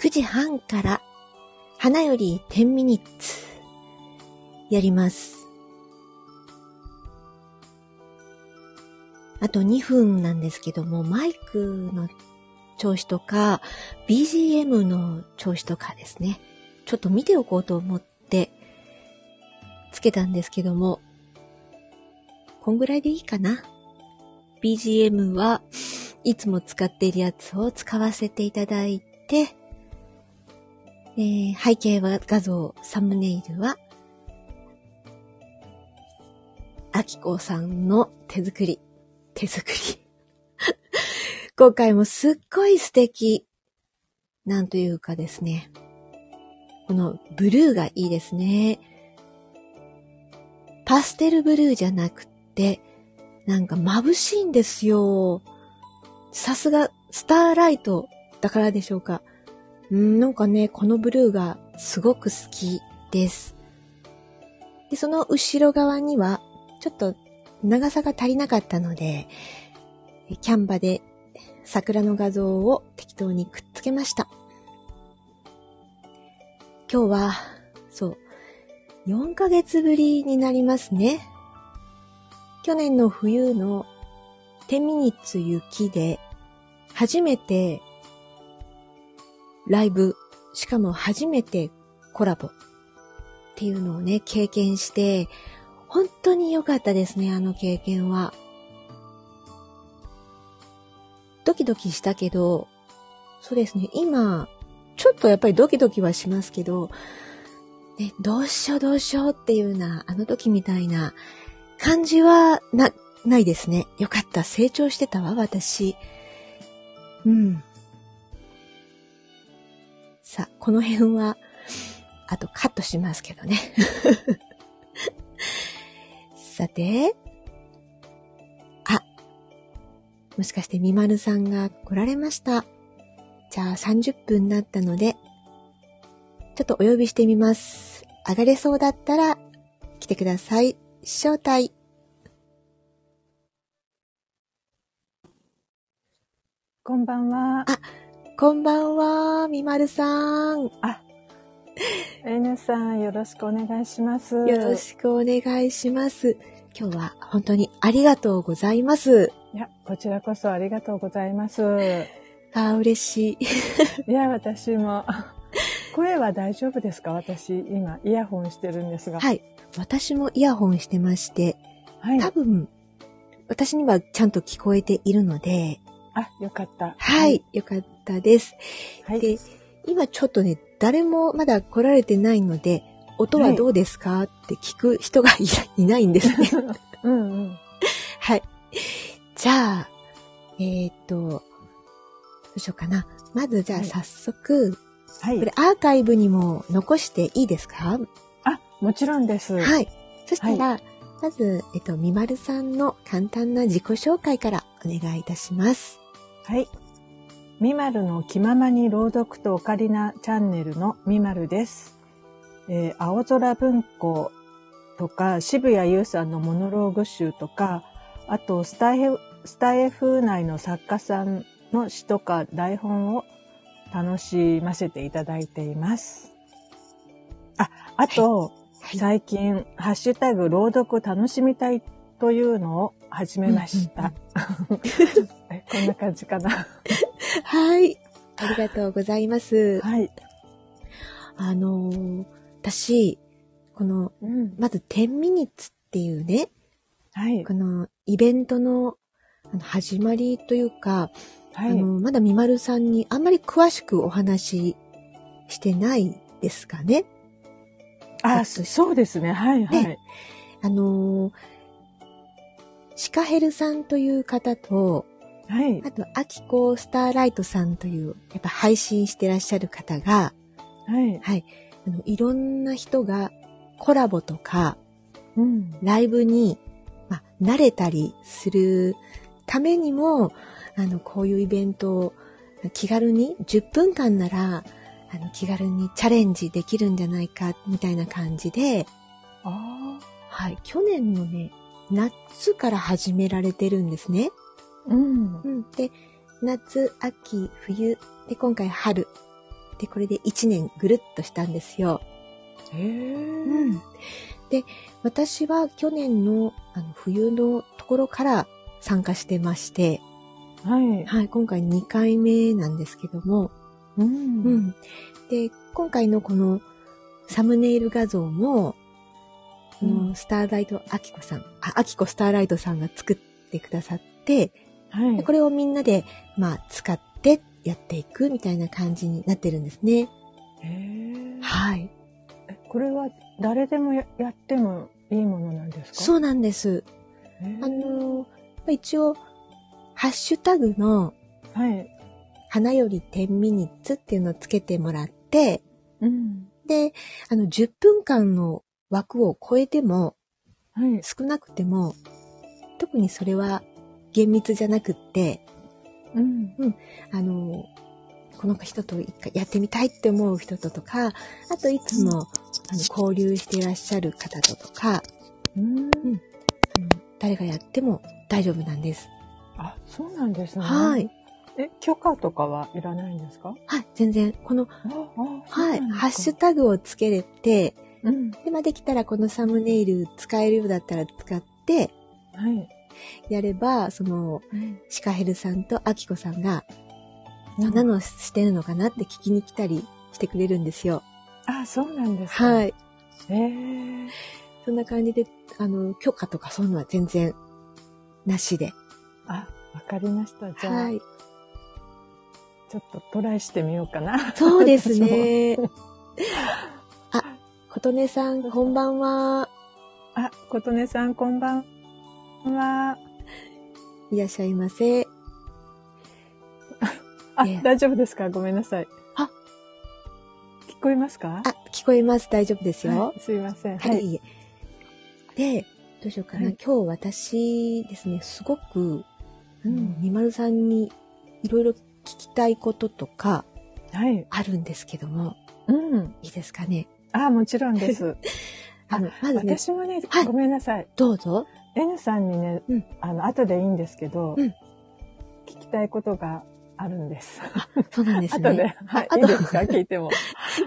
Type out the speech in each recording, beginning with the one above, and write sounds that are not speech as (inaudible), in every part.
9時半から、花より10ミニッツ、やります。あと2分なんですけども、マイクの調子とか、BGM の調子とかですね。ちょっと見ておこうと思って、つけたんですけども、こんぐらいでいいかな。BGM はいつも使っているやつを使わせていただいて、えー背景は画像、サムネイルは、あきこさんの手作り、手作り。 (laughs) 今回もすっごい素敵。なんというかですね。このブルーがいいですね。パステルブルーじゃなくて、なんか眩しいんですよ。さすがスターライトだからでしょうか。うんなんかね、このブルーがすごく好きです。で、その後ろ側には、ちょっと長さが足りなかったので、キャンバで桜の画像を適当にくっつけました。今日は、そう、4ヶ月ぶりになりますね。去年の冬のテミニッツ雪で、初めてライブ、しかも初めてコラボっていうのをね、経験して、本当に良かったですね、あの経験は。ドキドキしたけど、そうですね、今、ちょっとやっぱりドキドキはしますけど、ね、どうしようどうしようっていうような、あの時みたいな感じはな、ないですね。よかった、成長してたわ、私。うん。さあ、この辺は、あとカットしますけどね。 (laughs) さて、あ、もしかしてみまるさんが来られました。じゃあ30分になったので、ちょっとお呼びしてみます。上がれそうだったら来てください。招待。こんばんは。こんばんは、みまるさん。よエヌさん、よろしくお願いします。ろしくお願いします。今日は本当にありがとうございます。いや、こちらこそありがとうございます。 (laughs) あー、嬉しい。いや、私も。 (laughs) 声は大丈夫ですか私、今、イヤホンしてるんですが。はい。私もイヤホンしてまして、はい。多分、私にはちゃんと聞こえているので、あ、よかった。はい、よかったです。はい。で、今ちょっとね、誰もまだ来られてないので、音はどうですか、って聞く人がいないいないん (laughs) ですね。うんうん。はい。じゃあ、えーっと、どうしようかな。まずじゃあはい早速、はいこ。れアーカイブにも残していいですかあ、もちろんです。い。はい。そしたら、まず、えっと、みまるさんの簡単な自己紹介からお願いいたします。はい。みまるの気ままに朗読とオカリナチャンネルのみまるです。えー青空文庫とか、渋谷優さんのモノローグ集とか、あとスタイフ、スタイフ内の作家さんの詩とか台本を楽しませていただいています。あ、あと、はい最近、ハッシュタグ朗読楽しみたいというのを始めました。 (laughs) えこんな感じか (laughs) な。はい。ありがとうございます。はい。あのー私、この、うん。まず10ミニッツっていうね、はい。このイベントのあの始まりというか、はあい。の、まだみまるさんにあんまり詳しくお話ししてないですかね。あ、そそうですね。はい、はい。あのーシカヘルさんという方と、はいあ。と、アキコスターライトさんという、やっぱ配信してらっしゃる方が、はい。はい、あの、いろんな人がコラボとか、うん。ライブに、まあ、慣れたりするためにも、あの、こういうイベントを気軽に、10分間なら、あの、気軽にチャレンジできるんじゃないか、みたいな感じで、ああ。はい、去年のね、夏から始められてるんですね。うんう。ん。で、夏、秋、冬、で、今回春。で、これで1年ぐるっとしたんですよ。へえ。うん。で、私は去年のあの冬のところから参加してまして、はい。はい、今回2回目なんですけども、うう。んん。で、今回のこのサムネイル画像も、あのうんスターライトアキコさん、あ、アキコスターライトさんが作ってくださって、はでい。これをみんなで、まあ、使ってやっていくみたいな感じになってるんですね。へえはい。えこれは誰でもややってもいいものなんですかそうなんです。へえあのー、一応、ハッシュタグの、はい。花より10ミニッツっていうのをつけてもらって、うん。で、あの、10分間の枠を超えても、はい。少なくても、特にそれは厳密じゃなくって、うん。あの、この人と一回やってみたいって思う人ととか、あといつも、あの、交流していらっしゃる方ととか、うん。あの誰がやっても大丈夫なんです。あ、そうなんですね。はい。。え、許可とかはいらないんですかはい、全然、この、あ、あ、はい、ハッシュュ。タグをつけれて、うん。で、まあ、できたらこのサムネイル使えるようだったら使って、はい。やれば、その、シカヘルさんとアキコさんが、うん何をしてるのかなって聞きに来たりしてくれるんですよ。あ、そうなんですか。。はいい。へえ。そんな感じで、あの、許可とかそういうのは全然、なしで。あ、わかりました。じゃあは、い。ちょっとトライしてみようかな。そうですね。あ、琴音さん、こんばんは。 (laughs) あ、琴音さん、こんばんは。いらっしゃいませ。あええ、大丈夫ですかごめんなさい。あ、聞こえますかあ、聞こえます。大丈夫ですよ。はいすいません。はい。。いえで、どうしようかな。はい今日私ですね、すごく、ううんん、みまるさんにいろいろ聞きたいこととかはい。あるんですけども、うん。いいですかね。あ、もちろ (laughs) んです。あの、まずね、私もねはい、ごめんなさい。どうぞ。 N さんにね、うんあの、後でいいんですけど、うん聞きたいことがあるんです。そうなんです (laughs) 後で、ね。はいあ、いいですか聞いても。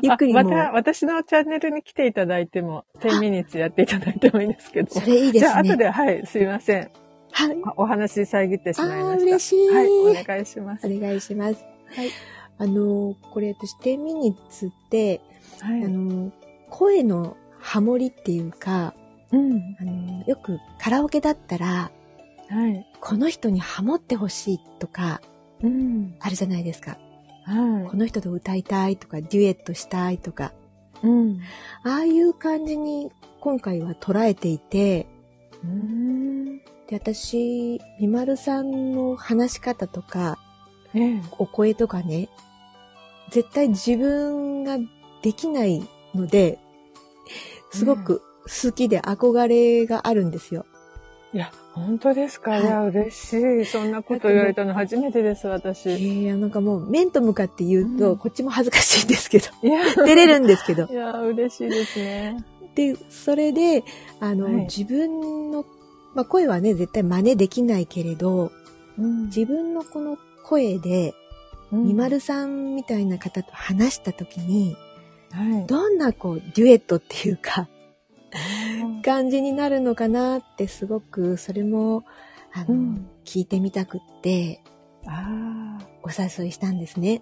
ゆっくりもあうまた、私のチャンネルに来ていただいても、10ミニッツやっていただいてもいいんですけど。それいいでじゃあ、す後ね。で、はい、すいません。はい。あお話遮ってしあまいまー、した。嬉しい。はい、お願いします。お願いします。はい。あの、これ私、10ミニッツって、はあい。の、声のハモリっていうか、うん。あの、よくカラオケだったら、はい。この人にハモってほしいとか、うん。あるじゃないですか。はこの人と歌いたいとか、デュエットしたいとか、い。うん。ああいう感じに今回は捉えていて、うん。で、私、みまるさんの話し方とか、ええ。お声とかね、絶対自分ができないので、すごく好きで憧れがあるんですよ。いや、本当ですか、はいい、や、嬉しい。そんなこと言われたの初めてです、いや私。いいや、なんかもう面と向かって言うと、うんこっちも恥ずかしいんですけど、や、照れるんですけどい。や、嬉しいですね。 (laughs) で、それで、あの、はい自分の、まあ、声はね、絶対真似できないけれど、うん自分のこの声で、みま。るさんみたいな方と話した時に、はい。どんなこう、デュエットっていうか、うん感じになるのかなってすごく、それも、あの、うん聞いてみたくって、あーお誘いしたんですね。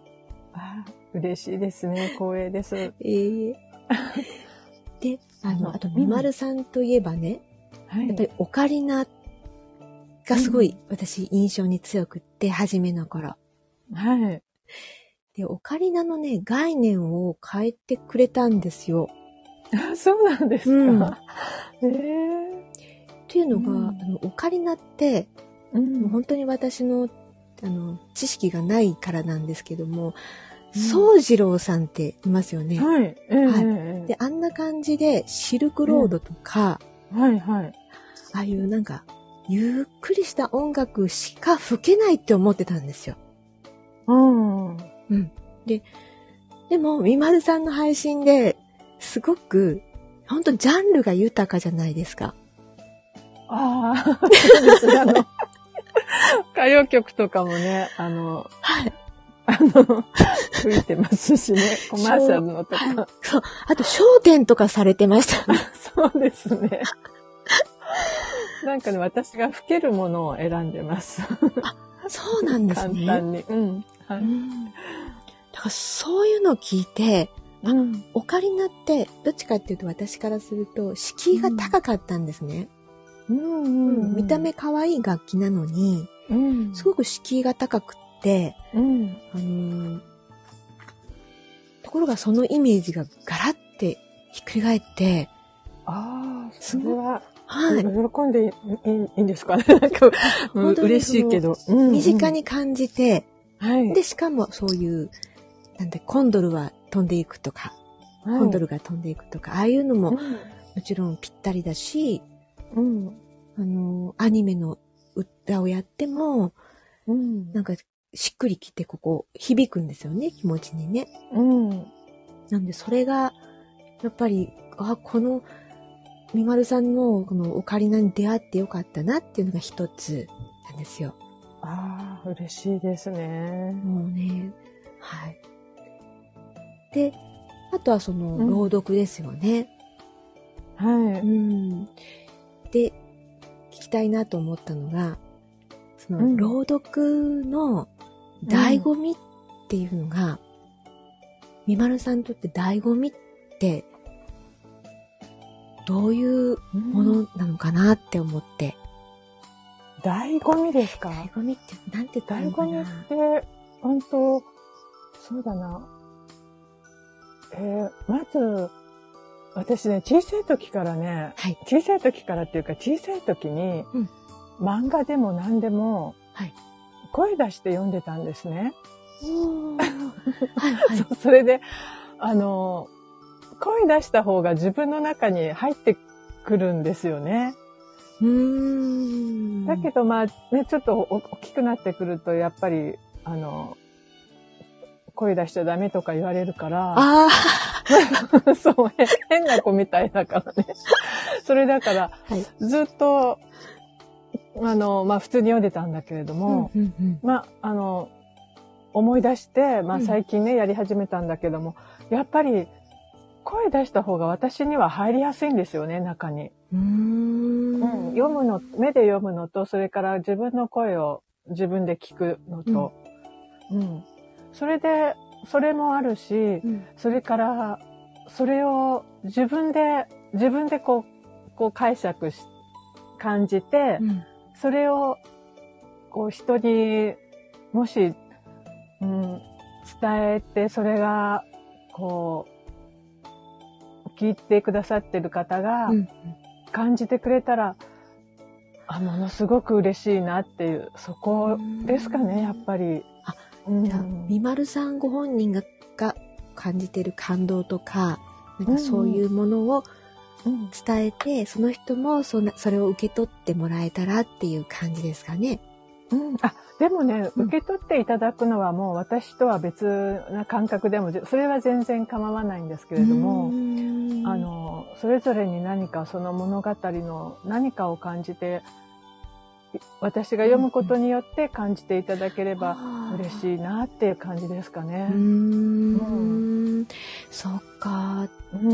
あー、嬉しいですね。光栄です。えーで、あうんの、あと、みまるさんといえばね、はい。やっぱりオカリナがすごい私印象に強くって、初めの頃。はい。 (laughs) で、オカリナのね、概念を変えてくれたんですよ。あそうなんですか。え (laughs) えというのが、うんあのオカリナって、もう。うん本当に私の、あの、知識がないからなんですけども、うん宗次郎さんっていますよね。はい。ええはいええで、あんな感じで、シルクロードとか、はい、はい。ああいうなんか、ゆっくりした音楽しか吹けないって思ってたんですよ。うん。でも、みまるさんの配信で、すごく、ほんとジャンルが豊かじゃないですか。ああ、 (laughs) そうですね。あの、歌謡曲とかもね、あの、はい。の、吹いてま (laughs) すしね、コマーシャルのとか。そう。あと、焦点とかされてました (laughs) ね。そうですね。なんかね、私が吹けるものを選んでます。そうなんです簡ね。単に。うん。はうい。ん。だから、そういうのを聞いて、うん。オカリナって、どっちかっていうと私からすると、敷居が高かったんですね。うんううん見た目、可愛い楽器なのに、うん。すごく敷居が高くって、うん。あのーところがそのイメージがガラってひっくり返って、ああ、それは、はい。喜んでいいいいんで (laughs) すかね。なんか、うん本当に嬉しいけど。うんうん身近。に感じて、はい。で、しかもそういう、なんで、コンドルは飛んでいくとか、はい、コンドルが飛んでいくとか、ああいうのもうもんちろんぴったりだし、うん。あのーアニメの歌をやっても、うん。なんか、しっくりきてここ、響くんですよね、気持ちにね。うん。なんで、それが、やっぱり、あ、この、みまるさんの、このオカリナに出会ってよかったなっていうのが一つなんですよ。ああ、嬉しいですね。もうね、はい。で、あとはその、うん朗読ですよね。はうい。ん。で、聞きたいなと思ったのが、そうの、ん朗読の醍醐味っていうのが、みまるさんにとって醍醐味って、どういうものなのかなって思って。醍醐味ですか醍醐味って、なんて言ったらいい醍のか醐味っな。て、本当そうだな。えーまず、私ね、小さい時からね、はい。小さい時からっていうか、小さい時に、うん漫画でも何でも、はい声出して読んでたんですね。おー (laughs) はいはいそ。それで、あの、声出した方が自分の中に入ってくるんですよね。うーん。だけどまあね、ちょっとお大きくなってくると、やっぱり、あの、声出しちゃダメとか言われるから、あ (laughs) そう、へ変な子みたいだからね。それだから、あ、はい。ずっと、あの、まあ普通に読んでたんだけれども、うんうんうんまあ、あの、思い出して、まうあん最近ね、やり始めたんだけども、やっぱり声出した方が私には入りやすいんですよね、中に。うーん読むの、目で読むのと、それから自分の声を自分で聞くのと、うん。それで、それもあるし、うんそれから、それを自分で、自分でこう、こう解釈し、感じて、うんそれを、こう人に、もし、うん、伝えて、それが、こう、聞いてくださってる方がうん感じてくれたら、あ、ものすごく嬉しいなっていう、そこですかね、やっぱり。あうんじゃあみまるさんご本人がが感じてる感動とか、なんかそういうものをうん伝えて、その人もそんなそれを受け取ってもらえたらっていう感じですかね。うんあ、でもね、うん受け取っていただくのはもう私とは別な感覚でも、それは全然構わないんですけれども、うーんあ、のそれぞれに何かその物語の何かを感じてい私が読むことによって感じていただければ嬉い。しいなっていう感じですかうねー。ん。そっか。うん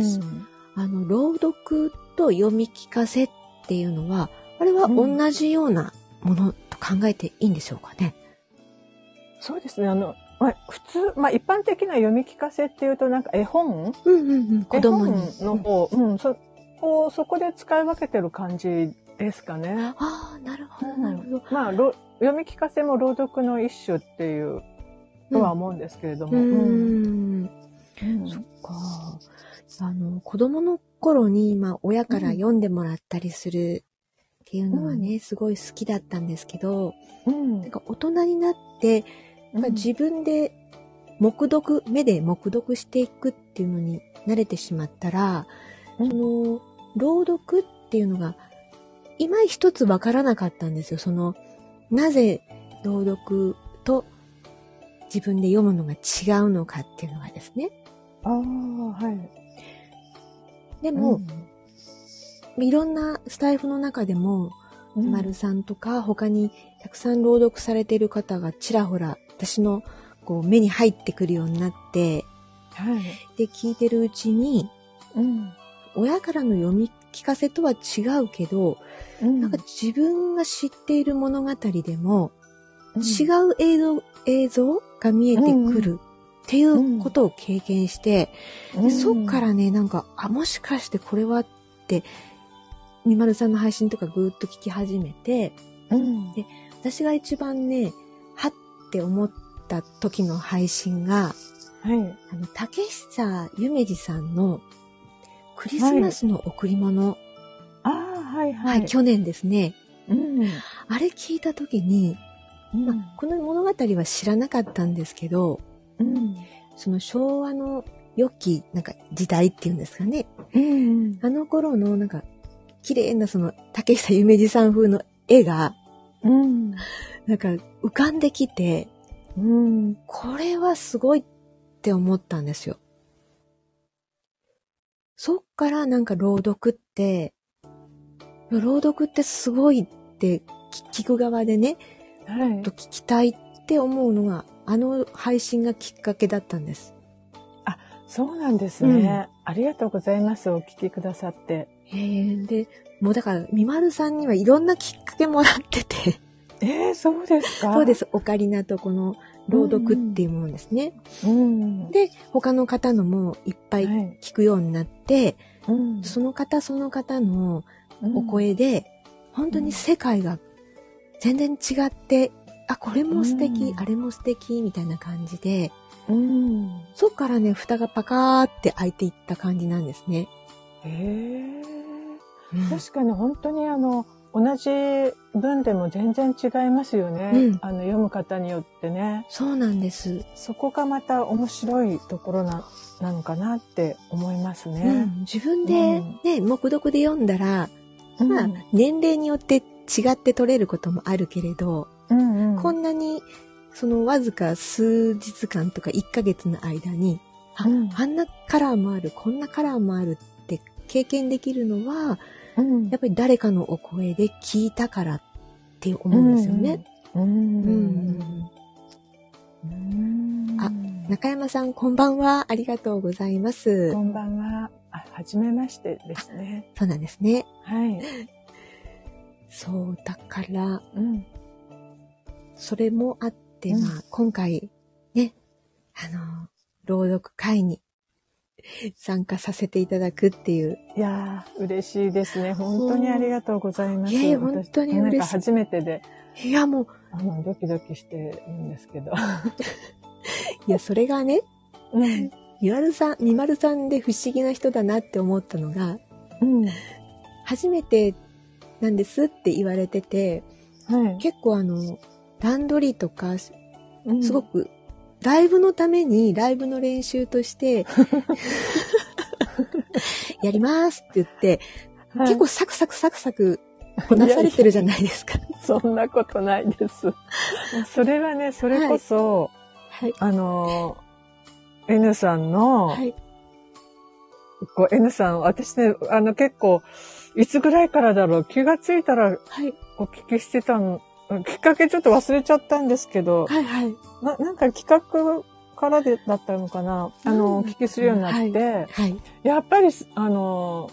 あの、朗読と読み聞かせっていうのは、あれは同じようなものと考えていいんでしょうかね。そうですねあの、まあ、普通、まあ、一般的な読み聞かせっていうとなんか絵本うんうんうん。子供に。絵本の方、うんそこそこで使い分けてる感じですかね。ああ、なるほど、うんなるほど。まあ、ろ読み聞かせも朗読の一種っていうとは思うんですけれどうも。うんん。うんそっか。あの、子供の頃に、まあ、親から読んでもらったりするっていうのはね、すごい好きだったんですけど、うんなんか大人になって、うんまあ自分で目読、目で目読していくっていうのに慣れてしまったら、うんその、朗読っていうのが、今一つわからなかったんですよ。その、なぜ朗読と自分で読むのが違うのかっていうのがですね。ああ、はい。でもも、いろんなスタイフの中でも、う、丸さんとか他にたくさん朗読されている方がちらほら私のこう目に入ってくるようになって、はい。で、聞いてるうちに、うん。親からの読み聞かせとは違うけど、うんなんか自分が知っている物語でも、うん違う映像、映像が見えてくるっていうことを経験して、でそっか。うんらね、なんか、あ、もしかしてこれはって、みまるさんの配信とかぐーっと聞き始めて、うん。で私が一番ね、はって思った時の配信が、はい。あの、竹久夢二さんのクリスマスの贈り物、ああ、はいは。はいい、去年ですね。うん。あれ聞いた時に、うまんあ、この物語は知らなかったんですけど、うん。その昭和の良き、なんか時代っていうんですかね。うん。あの頃の、なんか、綺麗なその、竹久夢二さん風の絵が、うん。なんか浮かんできて、うん。これはすごいって思ったんですよ。そっからなんか朗読って、朗読ってすごいって聞聞く側でね、はいと。聞きたいって思うのが、あの配信がきっかけだったんです。そうなんですね。ありがとうございます。お聞きくださって。へーで、もうだから、みまるさんにはいろんなきっかけもらってて、えー、そうですか。そうですす、オカリナとこの朗読っていうものですね。うん。で、他の方のもいっぱはいい。聞くようになって、うんその方その方のうんお声で、本当に世界が全然違って、あ、これも素敵、うんあれも素敵、みたいな感じで、うん。そっからね、蓋がパカーって開いていった感じなんですね。へえ。確かに本当にあの、同じ文でも全然違いますよね。うんあの、読む方によってね。そうなんです。そこがまた面白いところな、なのかなって思いますうね。ん、自分でね、目読で読んだら、うんまあ、年齢によって違って取れることもあるけれど、うんうんこんなに、そのわずか数日間とか1ヶ月の間に、あうんあんなカラーもある、こんなカラーもあるって経験できるのは、うんやっぱり誰かのお声で聞いたからって思うんですよね。。うん。ううんんうんあ中山さん、こんばんは。ありがとうございますこ。んばんは。あ、はじめましてですね。そうなんですね。はい。そう、だから、うん。それもあって、うんまあ、今回、ね、あの、朗読会に参加させていただくっていう。いやー、嬉しいですね。本当にありがとうございます。いえいえ私本当に嬉しいなんか初めてで、いや、もう、あの、ドキドキしてるんですけど。いや、それがね、うん。みまるさん、みまるさんで不思議な人だなって思ったのが、うん。は初めてなんですって言われてて、い。結構あの、段取りとか、すうんご。く、ライブのために、ライブの練習と (laughs) して、やりますって言って、はい結構サクサクサクサクこなされてるじゃないですか。そんなことないです。それはね、それこそ、はい。あのー、N さんの、はい。こう N さん、私ね、あの結構、いつぐらいからだろう、気がついたらはい。お聞きしてたん、きっかけちょっと忘れちゃったんですけど、はい。はい。ななんか企画からでだったのかな、あの、うんお聞きするようになって、はい。やっぱり、あの、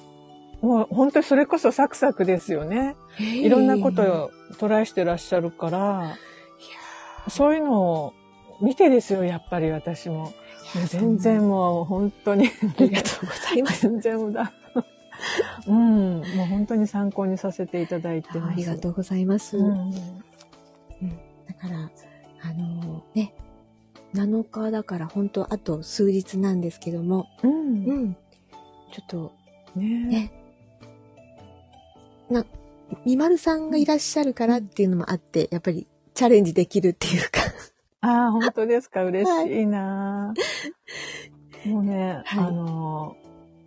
もう本当にそれこそサクサクですよね。いろんなことをトライしてらっしゃるから、そういうのを見てですよ、やっぱり私も。いや全然もう本当に、ありがとうございます。 (laughs) 全然無駄。うん、もう本当に参考にさせていただいてます。ありがう。とうございます。うん、だから、あのね、7日だから本当あと数日なんですけども、うん、うねん。ちょっと、え、ねな、みまるさんがいらっしゃるからっていうのもあって、やっぱりチャレンジできるっていうか、ああ、本当ですか、嬉しいな、もうね、はいあの、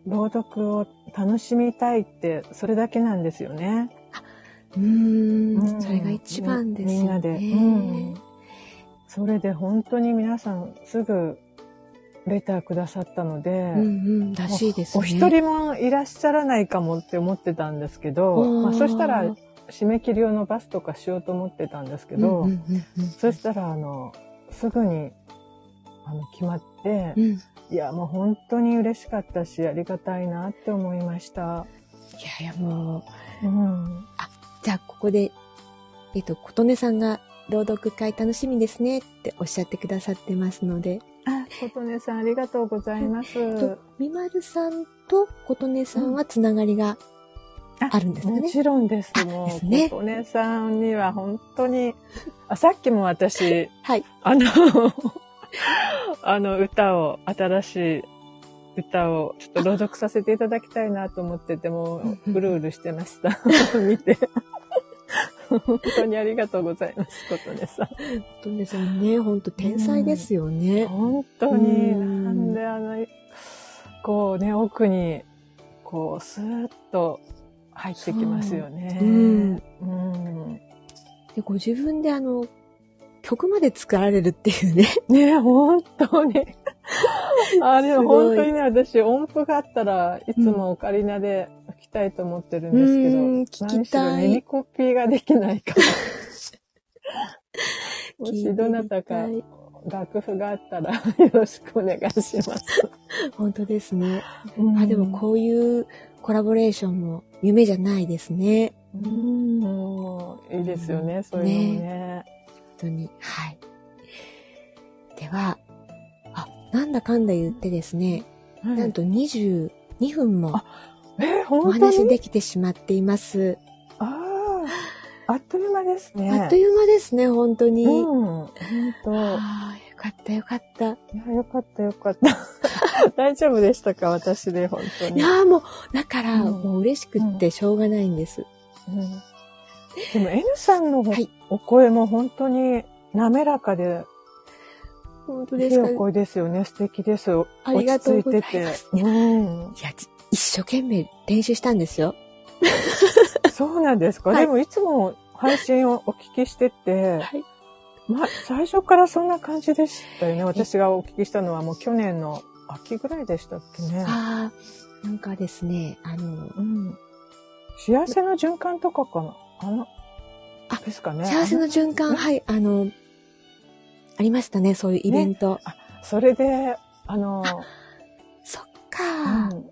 朗読を楽しみたいって、それだけなんですよね。うー、うんんそれが一番ですよね。みんなで、うん。それで本当に皆さんすぐレターくださったので、うんうん、らしいですね。お一人もいらっしゃらないかもって思ってたんですけど、うんまあ、そしたら締め切りを伸ばすとかしようと思ってたんですけど、うんうんうんうんそしたらあのすぐにあの、決まって、うん。いいや、もう本当に嬉しかったし、ありがたいなって思いました。やいや、もう、うん。じゃあここで、えっと、琴音さんが朗読会楽しみですねっておっしゃってくださってますので、あ、琴音さんありがとうございます。とみまるさんと琴音さんはつながりがあるんですかね。もちろんです。あもう、ですね琴音さんには本当に、あ、さっきも私、 (laughs) はい。あの、あの歌を、新しい歌をちょっと朗読させていただきたいなと思ってて、もう、うるうるしてました。 (laughs) 見て。本当にありがとうございます、琴音さん。琴音さんね、ほんと天才ですよね。本当うに、んなんであの、こうね、奥に、こう、スーッと入ってきますよね。そううんうんで、ご自分であの、曲まで作られるっていうね。ね本 (laughs) 当に。あれ、すご本い当にね、私、音符があったらいつもオカリナで吹きたいと思ってるんですけど、うん聞きたい何しろ耳コピーができないから。 (laughs) 聞いてもしみたいどなたか (laughs) 楽譜があったらよろしくお願いします。本当ですね。あ、でもこういうコラボレーションも夢じゃないですね。う本ん、もういいですよね、そういうのもね。当に。はい。では、あ、なんだかんだ言ってですね、はいなんと22分もえ、お本当話にできてしまっています。ああ、あっという間ですね。あっという間ですね、本当に。うん、本当。ああ、よかったよかった。いや、よかったよ (laughs) かった。大丈夫でしたか私で、本当いに。やーもう、だから、うんもう嬉しくってしょうがないんです。うんでも、N さんのほはいお声も本当に滑らかで、本当いですいかお声ですよね。素敵です。落ありがとうございち着まいす。てて。うん。いや、じ一生懸命練習したんですよ。そうなんですか、はいでも、いつも配信をお聞きしてて、はい。ま、最初からそんな感じでしたよね。私がお聞きしたのはもう去年の秋ぐらいでしたっけね。ああ、なんかですね、あの、うん。幸せの循環とかかなあの、あですかね。幸せの循あの環、はい、あの、ありましたね、そういうイベント。それで、あの、そっうか、ん、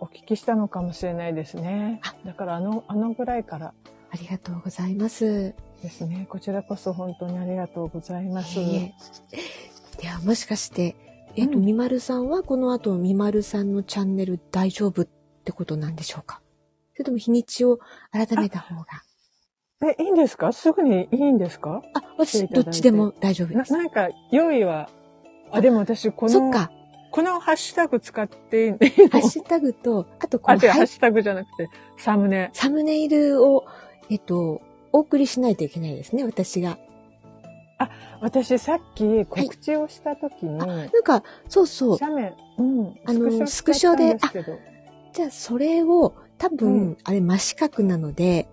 お聞きしたのかもしれないですねあ。だからあの、あのぐらいからありがとうございます。ですね。こちらこそ本当にありがとうございます。いえいえ。では、もしかして、えっと、うんみまるさんはこの後、みまるさんのチャンネル大丈夫ってことなんでしょうかそれとも日にちを改めた方が。え、いいんですかすぐにいいんですかあ、私、どっちでも大丈夫なで、す。なんか、用意は、あ、でも私、こそっの、か。このハッシュタグ使っていいのハッシュタグと、あとこあ、違の、う、ハはッいシュタグじゃなくて、サムネ。サムネイルを、えっと、お送りしないといけないですね、私が。私、さっき告知をした時に、なんか、そうそう。写メ、うん、あのスクショしちゃったんですけど、じゃあ、それを、多分、うあれ、真四角なので、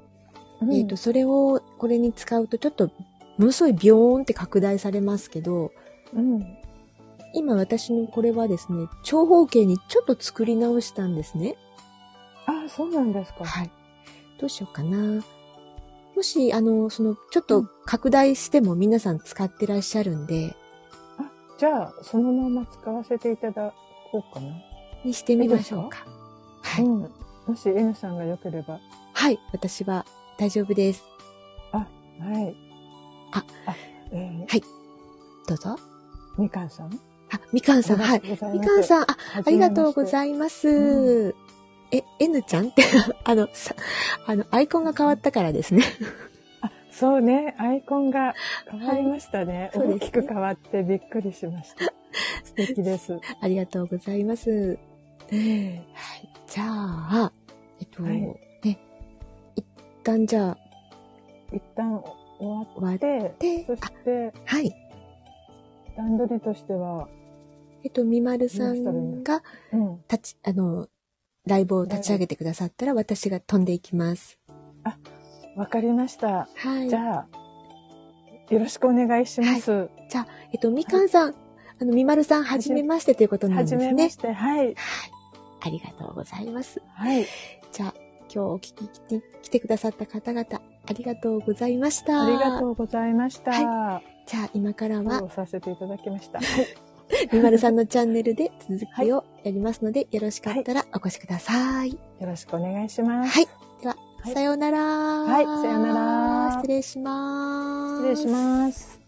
うんえっと、それを、これに使うと、ちょっと、ものすごいビヨーンって拡大されますけど、うん。今私のこれはですね、長方形にちょっと作り直したんですね。あ、そうなんですか。はい。どうしようかな。もし、あの、その、ちょっと拡大しても皆さん使ってらっしゃるんで、じゃあ、そのまま使わせていただこうかな。にしてみましょうか。はうい。ん。もし N さんが良ければ。はい。私は大丈夫です。はい。あ、あえー、どうぞ。みかんさん。あ、みかんさん、はい。みかんん。さん、あ、ありがとうごいざいます。うえ、N ちゃんって、あの、さ、あの、アイコンが変わったからですね。 (laughs) ます。そうね、アイコンが変わりましたね。はい大きく変わってびっくりしま (laughs) した。素敵です。ありがとうございます。はい。じゃあ、えっと、はいね、一旦じゃあ、一旦終わ終わっ、っててそ、あ、してはい。段取りとしては、えっと、みまるさどうしたらいいのんが、うん。立ち、あの、ライブを立ち上げてくださったら、私が飛んでいきます。わかりました。はい。じゃあ、よろしくお願いします。はえっと、みかんさん、あの、みまるさん、はじめましてということなんですじめまねし。て。はい。はい。ありがとうございます。はい。じゃあ、今日お聞きに来てくださった方々、ありがとうございました。ありがとうございました。はじゃあ、今からフォはロ、ーさせていただきました。はいみまるさんのチャンネルで続きをやりますので、よろしかったらお越しください。よろしくお願いします。はい。では、はいさようなら。はいさようなら失礼します。失礼します。